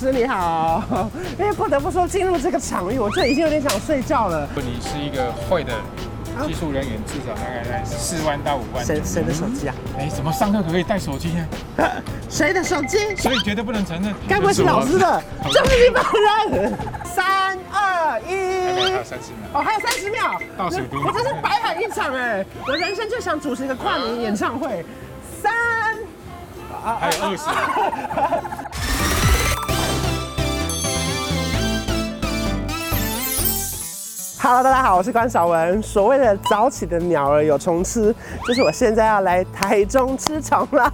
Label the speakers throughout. Speaker 1: 师你好，因为不得不说，进入这个场域，我这已经有点想睡觉了。
Speaker 2: 如果你是一个会的技术人员，至少大概在四万到五万。
Speaker 1: 谁谁的手机啊？
Speaker 2: 哎，怎么上课可不可以带手机呢？
Speaker 1: 谁的手机？
Speaker 2: 所以绝对不能承认。
Speaker 1: 该不会是老师的？就是你本人。三二
Speaker 2: 大概还有
Speaker 1: 一。
Speaker 2: 三十秒。
Speaker 1: 哦，还有三十秒，
Speaker 2: 倒数第一
Speaker 1: 我真是白喊一场哎！我人生就想主持一个跨年演唱会。三，
Speaker 2: 还有二十。
Speaker 1: Hello，大家好，我是关少文。所谓的早起的鸟儿有虫吃，就是我现在要来台中吃虫啦。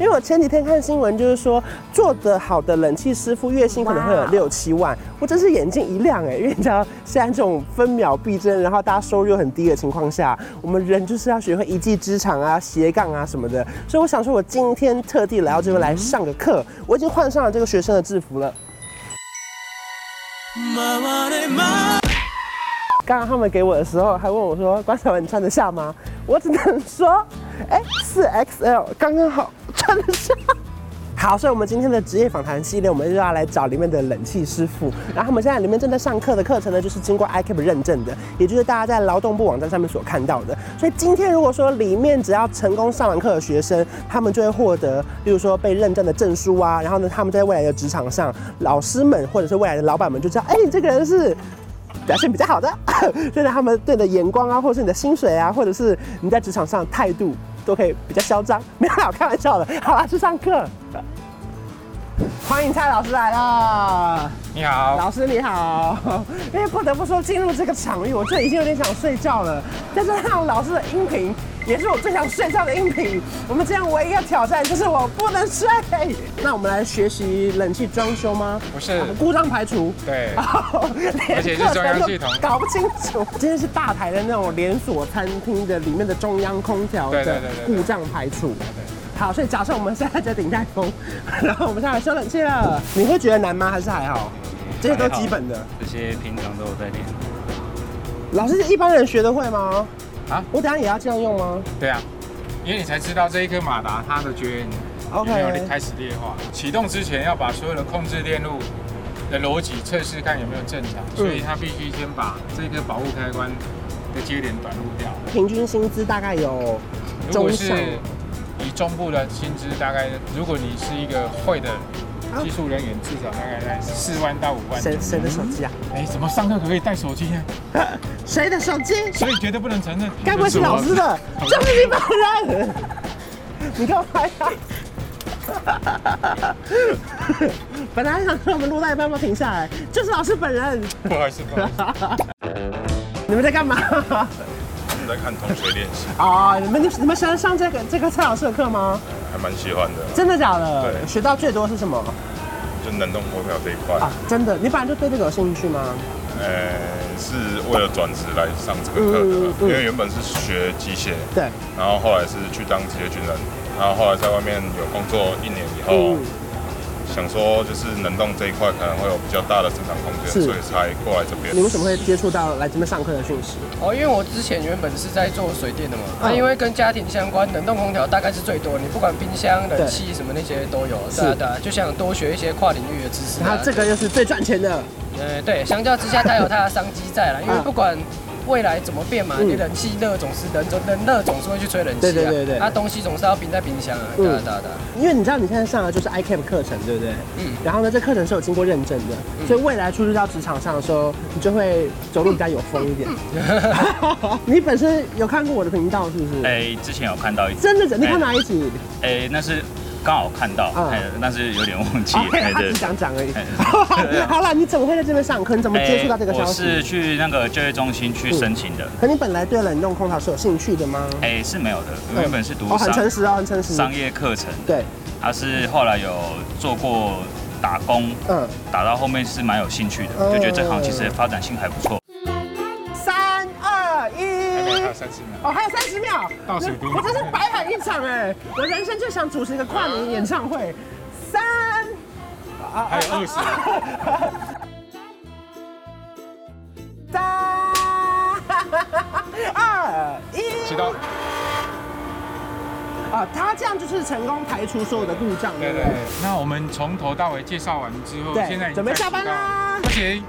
Speaker 1: 因为我前几天看新闻，就是说做得好的冷气师傅月薪可能会有六七万，我真是眼睛一亮哎、因为你知道现在这种分秒必争，然后大家收入又很低的情况下，我们人就是要学会一技之长啊、斜杠啊什么的。所以我想说，我今天特地来到这边来上个课，我已经换上了这个学生的制服了。刚刚他们给我的时候，还问我说：“关晓雯，你穿得下吗？”我只能说，哎，四 XL 刚刚好穿得下。好，所以我们今天的职业访谈系列，我们就要来找里面的冷气师傅。然后他们现在里面正在上课的课程呢，就是经过 iCAP 认证的，也就是大家在劳动部网站上面所看到的。所以今天如果说里面只要成功上完课的学生，他们就会获得，例如说被认证的证书啊。然后呢，他们在未来的职场上，老师们或者是未来的老板们就知道，哎，你这个人是表现比较好的， 所以呢，他们对你的眼光啊，或者是你的薪水啊，或者是你在职场上的态度，都可以比较嚣张。没有啦，我开玩笑的。好啦，去上课。欢迎蔡老师来了，
Speaker 2: 你好，
Speaker 1: 老师你好。因为不得不说，进入这个场域，我这已经有点想睡觉了。但是看到老师的音频，也是我最想睡觉的音频。我们今天唯一的挑战就是我不能睡。那我们来学习冷气装修吗？
Speaker 2: 不是
Speaker 1: 啊故障排除。
Speaker 2: 对，
Speaker 1: 而
Speaker 2: 而且是中央系统
Speaker 1: 搞不清楚。今天是大台的那种连锁餐厅的里面的中央空调
Speaker 2: 对对
Speaker 1: 的
Speaker 2: 对对对
Speaker 1: 故障排除。好，所以假设我们现在在顶泰丰，然后我们下来修冷气了，你会觉得难吗？还是还好？这些都基本的。
Speaker 3: 这些平常都有在练。
Speaker 1: 老师，一般人学得会吗？
Speaker 2: 啊
Speaker 1: 我等下也要这样用吗？
Speaker 2: 对啊，因为你才知道这一颗马达它的绝缘
Speaker 1: OK
Speaker 2: 有没有开始劣化。启动之前要把所有的控制电路的逻辑测试看有没有正常，
Speaker 1: 嗯
Speaker 2: 所以它必须先把这个保护开关的接点短路掉。
Speaker 1: 平均薪资大概有
Speaker 2: 如
Speaker 1: 中
Speaker 2: 果
Speaker 1: 上。
Speaker 2: 是以中部的薪资，大概如果你是一个会的
Speaker 1: 啊
Speaker 2: 技术人员，至少大概在四万到五万。
Speaker 1: 谁谁的手机啊？
Speaker 2: 哎，怎么上课可不可以带手机呢？
Speaker 1: 谁的手机？
Speaker 2: 所以绝对不能承认。
Speaker 1: 该不会是老师的？就是你本人！你给我拍啊他！本来想说我们录到一半要不要停下来，就是老师本人。
Speaker 2: 不好意思，不好意思，
Speaker 1: 你们在干嘛？
Speaker 4: 我们在看同学练习，
Speaker 1: 哦，你们你们喜欢上这个这个蔡老师的课吗？
Speaker 4: 还蛮喜欢的，
Speaker 1: 真的假的？
Speaker 4: 对
Speaker 1: 学到最多是什么
Speaker 4: 就能动投票这一块，
Speaker 1: 啊？真的，你本来就对这个有兴趣吗？
Speaker 4: 呃，是为了转职来上这个课
Speaker 1: 嗯嗯
Speaker 4: 的，
Speaker 1: 嗯
Speaker 4: 因为原本是学机械，
Speaker 1: 对，
Speaker 4: 然后后来是去当职业军人，然后后来在外面有工作一年以后
Speaker 1: 嗯，
Speaker 4: 想说就是能动这一块可能会有比较大的成长空间，
Speaker 1: 是
Speaker 4: 所以才过来这边。
Speaker 1: 你为什么会接触到来这边上课的讯息？
Speaker 5: 哦，因为我之前原本是在做水电的嘛，那、
Speaker 1: 嗯
Speaker 5: 因为跟家庭相关，冷冻空调大概是最多，你不管冰箱、
Speaker 1: 对
Speaker 5: 冷气什么那些都有，
Speaker 1: 是
Speaker 5: 对啊对啊，就想多学一些跨领域的知识、
Speaker 1: 然
Speaker 5: 啊。
Speaker 1: 后这个又是最赚钱的，
Speaker 5: 呃对，相较之下它有它的商机在啦，因为
Speaker 1: 嗯
Speaker 5: 不管未来怎么变嘛，
Speaker 1: 嗯
Speaker 5: 你冷气热总是人人热总是会去吹冷气啊，
Speaker 1: 对对对对嗯
Speaker 5: 那东西总是要冰在冰箱啊，对啊对啊对啊。
Speaker 1: 因为你知道你现在上的就是 iCAP 课程，对不对？
Speaker 5: 嗯
Speaker 1: 然后呢，这课程是有经过认证的，
Speaker 3: 嗯
Speaker 1: 所以未来出去到职场上的时候，你就会走路比较有风一 点。你本身有看过我的频道是不是？
Speaker 3: 哎、之前有看到一，
Speaker 1: 真的假的？你看哪一集？
Speaker 3: 哎、那是刚好看到，
Speaker 1: 嗯
Speaker 3: 哎、但是有点忘记，
Speaker 1: 啊
Speaker 3: 哎、
Speaker 1: 他只
Speaker 3: 对
Speaker 1: 是。讲讲而已
Speaker 3: 哎。 哎
Speaker 1: 好啦，你怎么会在这边上课？你怎么接触到这个消
Speaker 3: 我是
Speaker 1: 息？嗯
Speaker 3: 去那个就业中心去申请的，
Speaker 1: 可你本来对冷冻空调是有兴趣的吗？
Speaker 3: 哎、是没有的，
Speaker 1: 嗯
Speaker 3: 原本是读
Speaker 1: 哦，很
Speaker 3: 商、
Speaker 1: 诚实哦，很诚实。
Speaker 3: 商业课程，
Speaker 1: 对，
Speaker 3: 它是后来有做过打工，
Speaker 1: 嗯，
Speaker 3: 打到后面是蛮有兴趣的，
Speaker 1: 嗯
Speaker 3: 就觉得这行其实发展性还不错。
Speaker 1: 三二
Speaker 2: 大概还有
Speaker 1: 一。
Speaker 2: 三十秒。
Speaker 1: 哦，还有三十秒，
Speaker 2: 倒数第一
Speaker 1: 我真是白喊一场哎！我人生就想主持一个跨年演唱会。三，啊
Speaker 2: 还有二十。
Speaker 1: 三 二一，
Speaker 2: 启动。
Speaker 1: 啊，他这样就是成功排除所有的故障，对不
Speaker 2: 对对
Speaker 1: 对？，
Speaker 2: 那我们从头到尾介绍完之后，
Speaker 1: 对
Speaker 2: 现在已经
Speaker 1: 准备
Speaker 2: 在
Speaker 1: 下班
Speaker 2: 提到
Speaker 1: 啦
Speaker 2: 不行，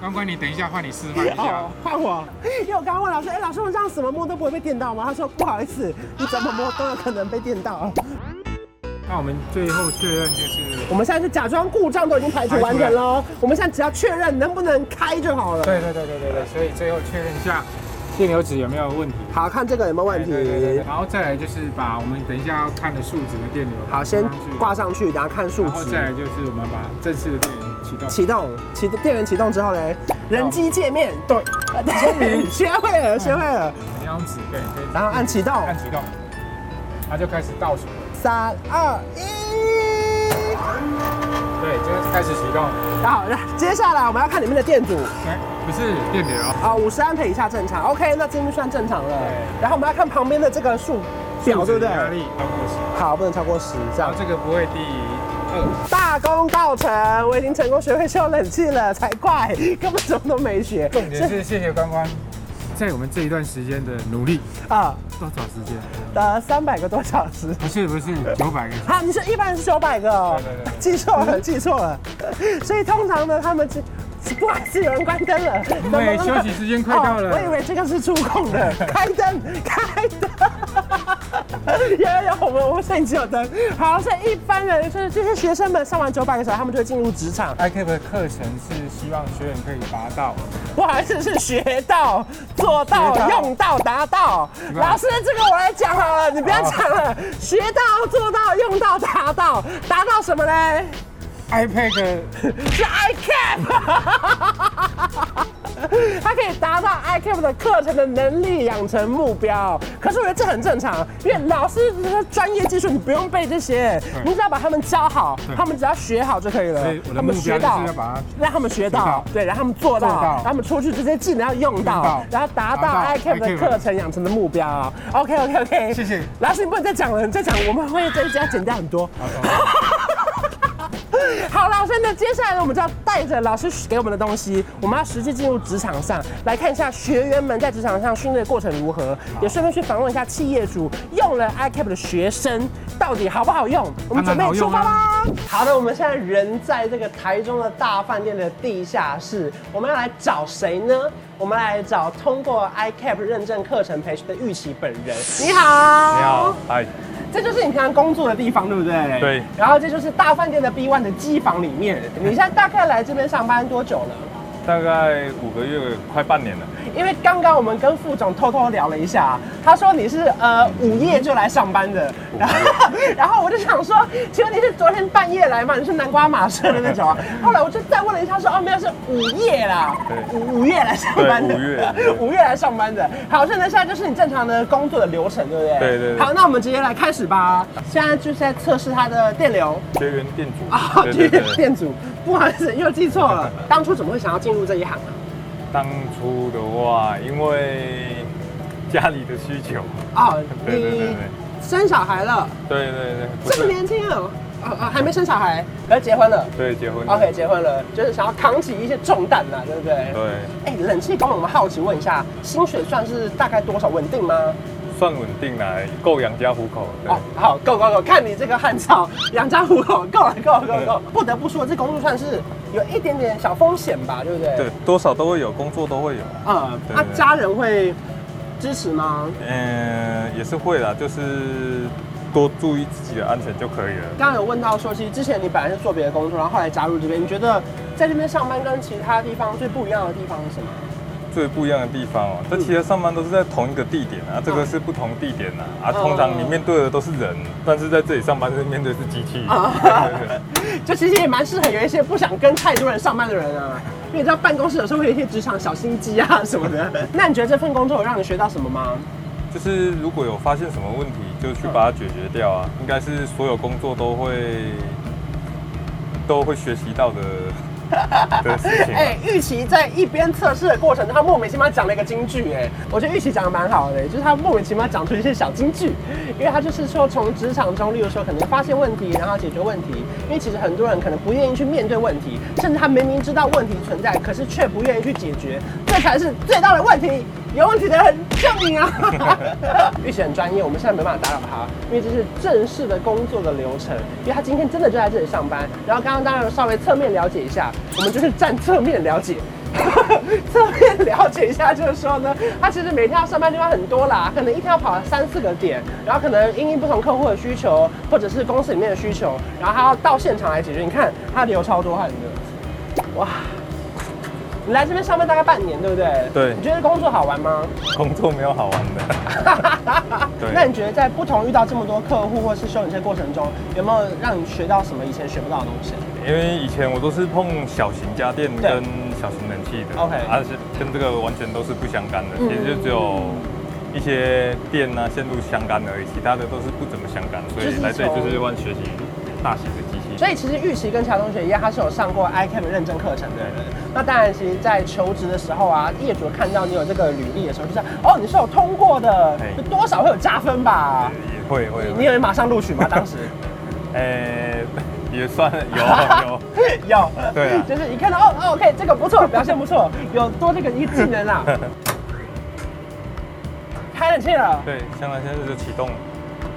Speaker 2: 关关你等一下，换你示范一下
Speaker 1: 哦。，换我，因为我刚刚问老师，哎、老师，我这样什么摸都不会被电到吗？他说不好意思，你怎么摸都有可能被电到。
Speaker 2: 那我们最后确认就是，
Speaker 1: 我们现在是假装故障都已经排除完成喽，我们现在只要确认能不能开就好了。
Speaker 2: 对对对对对对，所以最后确认一下电流值有没有问题。
Speaker 1: 好看这个有没有问
Speaker 2: 对对对对
Speaker 1: 题？
Speaker 2: 然后再来就是把我们等一下要看的数值的电流
Speaker 1: 好，先
Speaker 2: 上去
Speaker 1: 挂，上去，然后看数
Speaker 2: 然后再来
Speaker 1: 值。
Speaker 2: 就是我们把正式的电源启动。
Speaker 1: 启动，启电源启动之后呢，人机界面，对，学会了，学会了，
Speaker 2: 你要用纸对，可以
Speaker 1: 然后按启动，
Speaker 2: 按启动，它就开始倒数了。
Speaker 1: 三二一。
Speaker 2: 对，就是开始启动。
Speaker 1: 好，那接下来我们要看里面的电阻
Speaker 2: 哎，不是电流，
Speaker 1: 啊，五十安培以下正常，OK，那这边算正常了
Speaker 2: 对。
Speaker 1: 然后我们要看旁边的这个数表，对不
Speaker 2: 压
Speaker 1: 对？
Speaker 2: 力超过十，
Speaker 1: 好，不能超过十这样
Speaker 2: 然后。这个不会低于二。
Speaker 1: 大功告成，我已经成功学会修冷气了，才怪，根本什么都没学。
Speaker 2: 重点是谢谢关关，在我们这一段时间的努力，
Speaker 1: 啊，
Speaker 2: 多少时间？
Speaker 1: 呃，三百个多小时。
Speaker 2: 不是不是，九百个。
Speaker 1: 啊，你说一般是九百个哦
Speaker 2: 对对，对
Speaker 1: 记错了，记错了。所以通常呢，他们是。不好意思，有人关灯了。
Speaker 2: 对休息时间快到了
Speaker 1: 哦我以为这个是触控 的，开灯，开灯。 有有有，我们我们摄影机有灯。好，所以一般人就是这些学生们上完九百个小时，他们就会进入职场。
Speaker 2: iCap 的课程是希望学员可以达到，
Speaker 1: 不好意思，是学到、做到、
Speaker 2: 学到
Speaker 1: 用到、达到。
Speaker 2: 怪
Speaker 1: 老师，这个我来讲好了，你不要讲了。学到、做到、用到、达到，达到什么呢？
Speaker 2: iPad 的
Speaker 1: 是 iCap，它 可以达到 iCap 的课程的能力养成目标。可是我觉得这很正常，因为老师的专业技术你不用背这些，你只要把他们教好，他们只要学好就可以了
Speaker 2: 所以我。的
Speaker 1: 他们
Speaker 2: 目标
Speaker 1: 学
Speaker 2: 就是
Speaker 1: 到
Speaker 2: 要把它，
Speaker 1: 让他们学
Speaker 2: 学
Speaker 1: 到
Speaker 2: 到，
Speaker 1: 对，让他们做到，
Speaker 2: 做到
Speaker 1: 让他们出去这些技能要用
Speaker 2: 用
Speaker 1: 到
Speaker 2: 到，
Speaker 1: 然后达到
Speaker 2: 达到
Speaker 1: iCap 的
Speaker 2: iCap
Speaker 1: 课程养成的目标。OK OK OK，
Speaker 2: 谢谢
Speaker 1: 老师，你不能再讲了，你再讲我们会增加减掉很多。好，老师，那接下来呢，我们就要带着老师给我们的东西，我们要实际进入职场上，来看一下学员们在职场上训练的过程如何，也顺便去访问一下企业主用了 iCap 的学生到底好不好用。我们准
Speaker 2: 当然
Speaker 1: 备
Speaker 2: 好
Speaker 1: 出
Speaker 2: 用
Speaker 1: 发
Speaker 2: 啊
Speaker 1: 啦！好的，我们现在人在这个台中的大饭店的地下室，我们要来找谁呢？我们来找通过 iCap 认证课程培训的玉琪本人。你好，你
Speaker 6: 你好，，嗨，
Speaker 1: 这就是你平常工作的地方，对不对？
Speaker 6: 对。
Speaker 1: 然后这就是大饭店的 B one 的机房里面。你现在大概来这边上班多久了？
Speaker 6: 大概五个月，快半年了。
Speaker 1: 因为刚刚我们跟副总偷偷聊了一下，他说你是呃午夜就来上班的，然后 然后我就想说，请问你是昨天半夜来吗？你是南瓜马车的那种啊？后来我就再问了一下说，哦没有是午夜啦，
Speaker 6: 对
Speaker 1: 午午夜来上班的，
Speaker 6: 对午夜对
Speaker 1: 午夜来上班的。好，所以呢现在就是你正常的工作的流程，对不对？
Speaker 6: 对对对
Speaker 1: 好，那我们直接来开始吧。现在就是在测试它的电流
Speaker 6: 学员店主
Speaker 1: 啊，
Speaker 6: 对对 对，
Speaker 1: 电阻。不好意思，又记错了。当初怎么会想要进入这一行啊？
Speaker 6: 当初的话，因为家里的需求，
Speaker 1: 哦，
Speaker 6: 对对对对
Speaker 1: 你生小孩了，
Speaker 6: 对对对，不
Speaker 1: 这么
Speaker 6: 是，
Speaker 1: 年轻啊，啊啊，还没生小孩，可是结婚了
Speaker 6: 对结婚了
Speaker 1: ，OK，结婚了，就是想要扛起一些重担了，对不对？
Speaker 6: 对，
Speaker 1: 哎，冷气工，我们好奇问一下，薪水算是大概多少稳定吗？
Speaker 6: 算稳定啦，够养家糊口。对
Speaker 1: 哦，好，够够够，看你这个汗臭，养家糊口，够了够了够了够了。 不得不说，这工作算是有一点点小风险吧，对不对？
Speaker 6: 对，，多少都会有，工作都会有。
Speaker 1: 呃，
Speaker 6: 对
Speaker 1: 那
Speaker 6: 对
Speaker 1: 家人会支持吗？
Speaker 6: 嗯，也是会啦，就是多注意自己的安全就可以了。
Speaker 1: 刚刚有问到说，其实之前你本来是做别的工作，然后后来加入这边，你觉得在这边上班跟其他地方最不一样的地方是什么？
Speaker 6: 最不一样的地方哦，
Speaker 1: 嗯
Speaker 6: 这其实上班都是在同一个地点啊，这个是不同地点啊，
Speaker 1: 哦
Speaker 6: 啊，通常你面对的都是人，但是在这里上班是面对是机器。
Speaker 1: 啊
Speaker 6: 对对对
Speaker 1: 就其实也蛮适合有一些不想跟太多人上班的人啊，因为你知道办公室有时候会有一些职场小心机啊什么 的。那你觉得这份工作有让你学到什么吗？
Speaker 6: 就是如果有发现什么问题，就去把它解决掉啊，应该是所有工作都会都会学习到的的事情啊。
Speaker 1: 哎、玉琪在一边测试的过程，他莫名其妙讲了一个金句，哎，我觉得玉琪讲的蛮好的，哎就是他莫名其妙讲出一些小金句，因为他就是说从职场中，例如说可能发现问题，然后解决问题，因为其实很多人可能不愿意去面对问题，甚至他明明知道问题存在，可是却不愿意去解决，这才是最大的问题。有问题的人救命啊！玉玺很专业，我们现在没办法打扰他，因为这是正式的工作的流程。因为他今天真的就在这里上班，然后刚刚当然稍微侧面了解一下，我们就是站侧面了解。 侧面了解一下，就是说呢，他其实每天要上班地方很多啦，可能一天要跑三四个点，然后可能因应不同客户的需求，或者是公司里面的需求，然后他要到现场来解决。你看他流超多汗的，哇！你来这边上班大概半年，对不对？
Speaker 6: 对
Speaker 1: 你觉得工作好玩吗？
Speaker 6: 工作没有好玩的。 对
Speaker 1: 那你觉得在不同遇到这么多客户或是修理车过程中，有没有让你学到什么以前学不到的东西？
Speaker 6: 因为以前我都是碰小型家电
Speaker 1: 对
Speaker 6: 跟小型冷气的
Speaker 1: OK
Speaker 6: 而且跟这个完全都是不相干的，
Speaker 1: 嗯
Speaker 6: 其实就只有一些电啊线路相干而已，其他的都是不怎么相干，所
Speaker 1: 就是
Speaker 6: 以来这里
Speaker 1: 从
Speaker 6: 就是乱学习大型的机器。
Speaker 1: 所以其实玉琪跟其他同学一样，他是有上过 iCam 认证课程的人。那当然，其实，在求职的时候啊，业主看到你有这个履历的时候，就是哦，你是有通过的
Speaker 6: 嘿，
Speaker 1: 就多少会有加分吧？
Speaker 6: 也会会
Speaker 1: 你
Speaker 6: 会，
Speaker 1: 有马上录取吗？当时
Speaker 6: 呃， 也算有 有，
Speaker 1: 有，
Speaker 6: 对啊
Speaker 1: 就是一看到哦哦，OK，这个不错，表现不错，有多这个一技能 啊，开冷气了。
Speaker 6: 对，像它现在就启动了，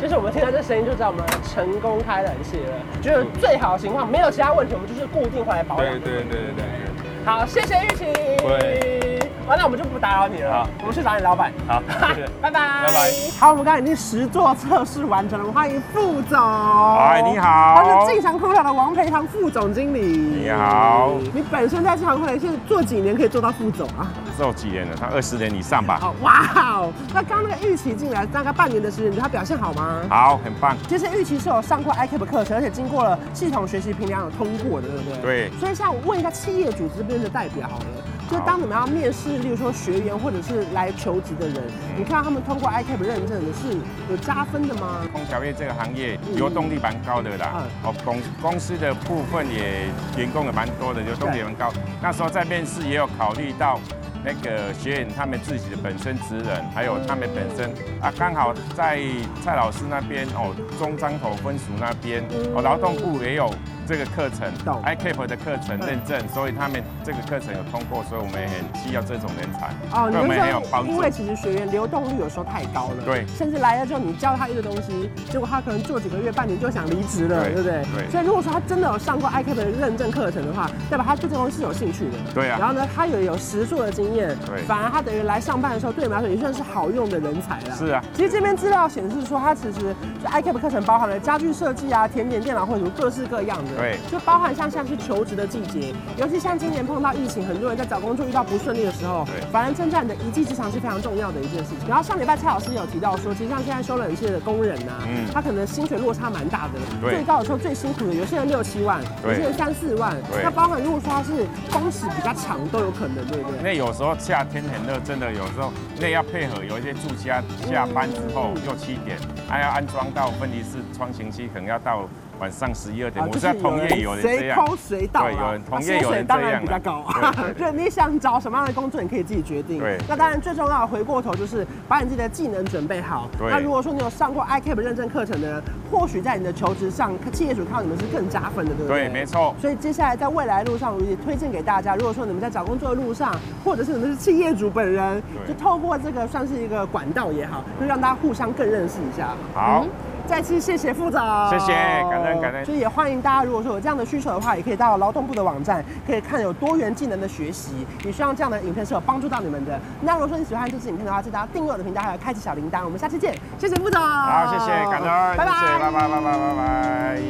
Speaker 1: 就是我们听到这声音就知道我们成功开冷气了。就是最好的情况，没有其他问题，我们就是固定回来保养。
Speaker 6: 对对对对对，
Speaker 1: 好，谢谢玉琪。
Speaker 6: 对，
Speaker 1: 完了我们就不打扰你了，
Speaker 6: 好
Speaker 1: 我们去找你老板。
Speaker 6: 好
Speaker 1: 拜
Speaker 6: 谢谢
Speaker 1: 拜。拜
Speaker 6: 拜。
Speaker 1: 好，我们刚才已经实做测试完成了，我们欢迎副总。
Speaker 7: 嗨，你好。
Speaker 1: 他是晋翔空调的王培堂副总经理。你
Speaker 7: 好
Speaker 1: 你本身在晋翔空调现在做几年可以做到副总啊？
Speaker 7: 做几年了？他二十年以上吧。
Speaker 1: 哦，哇哦！那刚刚那个玉琪进来大概半年的时间，你觉得他表现好吗？
Speaker 7: 好，很棒。
Speaker 1: 其实玉琪是有上过 ICAP 课程，而且经过了系统学习评量有通过的，对不对？
Speaker 7: 对
Speaker 1: 所以像我问一下企业主这边的代表好了，就是
Speaker 7: 好
Speaker 1: 当你们要面试，例如说学员或者是来求职的人，你看到他们通过 ICAP 认证的是有加分的吗？
Speaker 7: 空调业这个行业流动率蛮高的
Speaker 1: 嗯
Speaker 7: 啦，哦公公司的部分也员工也蛮多的，流动率也蛮高。那时候在面试也有考虑到那个学员他们自己的本身职能，还有他们本身啊，刚好在蔡老师那边哦，中彰投分署那边
Speaker 1: 嗯
Speaker 7: 哦，劳动部也有这个课程
Speaker 1: 懂
Speaker 7: ，ICAP 的课程认证，所以他们这个课程有通过，所以我们也很需要这种人才，
Speaker 1: 哦，
Speaker 7: 对我
Speaker 1: 你
Speaker 7: 们
Speaker 1: 们
Speaker 7: 很有帮
Speaker 1: 说，因
Speaker 7: 助
Speaker 1: 为。其实学员流动率有时候太高了，
Speaker 7: 对
Speaker 1: 甚至来了之后你教他一个东西，结果他可能做几个月、半年就想离职了，对
Speaker 7: 对
Speaker 1: 不对？
Speaker 7: 对
Speaker 1: 所以如果说他真的有上过 ICAP 的认证课程的话，代表他对这东西是有兴趣的，
Speaker 7: 对啊
Speaker 1: 然后呢，他也有实做的经验，
Speaker 7: 对
Speaker 1: 反而他等于来上班的时候，对你们来说也算是好用的人才了。
Speaker 7: 是啊
Speaker 1: 其实这边资料显示说，它其实就 iCAP 课程包含了家具设计啊、甜点、电脑绘图，各式各样的。
Speaker 7: 对
Speaker 1: 就包含像像是求职的季节，尤其像今年碰到疫情，很多人在找工作遇到不顺利的时候，
Speaker 7: 对
Speaker 1: 反而征战你的一技之长是非常重要的一件事情。然后上礼拜蔡老师有提到说，其实像现在修冷气的工人呐、
Speaker 7: 嗯
Speaker 1: 他可能薪水落差蛮大的，
Speaker 7: 对
Speaker 1: 最高的时候最辛苦的，有些人六七万，有
Speaker 7: 对
Speaker 1: 些人三四万，
Speaker 7: 对
Speaker 1: 那包含如果说他是工时比较长都有可能，对不对？
Speaker 7: 那有时候夏天很热，真的有时候那要配合有一些住家下班之后六七点，还、要安装到分离式窗型机，可能要到晚上十一二点。
Speaker 1: 啊
Speaker 7: 我
Speaker 1: 就
Speaker 7: 知
Speaker 1: 是
Speaker 7: 道同业有人这
Speaker 1: 谁
Speaker 7: 样
Speaker 1: 抠，谁到啦，啊
Speaker 7: 对有人同
Speaker 1: 那
Speaker 7: 业有
Speaker 1: 薪水
Speaker 7: 人
Speaker 1: 当
Speaker 7: 这
Speaker 1: 然
Speaker 7: 样
Speaker 1: 比较
Speaker 7: 啦
Speaker 1: 高
Speaker 7: 对对，
Speaker 1: 对，你想找什么样的工作，你可以自己决定。
Speaker 7: 对
Speaker 1: 那当然最重要的回过头就是把你自己的技能准备好。
Speaker 7: 对
Speaker 1: 那如果说你有上过 ICAP 认证课程的人，或许在你的求职上，企业主看到你们是更加分的，对不对？
Speaker 7: 对，没。错。
Speaker 1: 所以接下来在未来路上，我也推荐给大家，如果说你们在找工作的路上，或者是你们是企业主本人，就
Speaker 7: 对
Speaker 1: 透过这个算是一个管道也好，就让大家互相更认识一下。
Speaker 7: 好
Speaker 1: 嗯再次谢谢副总，
Speaker 7: 谢谢感恩感恩
Speaker 1: 哦所以也欢迎大家，如果说有这样的需求的话，也可以到劳动部的网站，可以看有多元技能的学习。也希望这样的影片是有帮助到你们的。那如果说你喜欢这支影片的话，记得要订阅我的频道，还有开启小铃铛。我们下期见，谢谢副总。
Speaker 7: 好，谢谢，感恩，
Speaker 1: 拜拜，
Speaker 7: 谢谢，拜拜，拜拜，拜拜。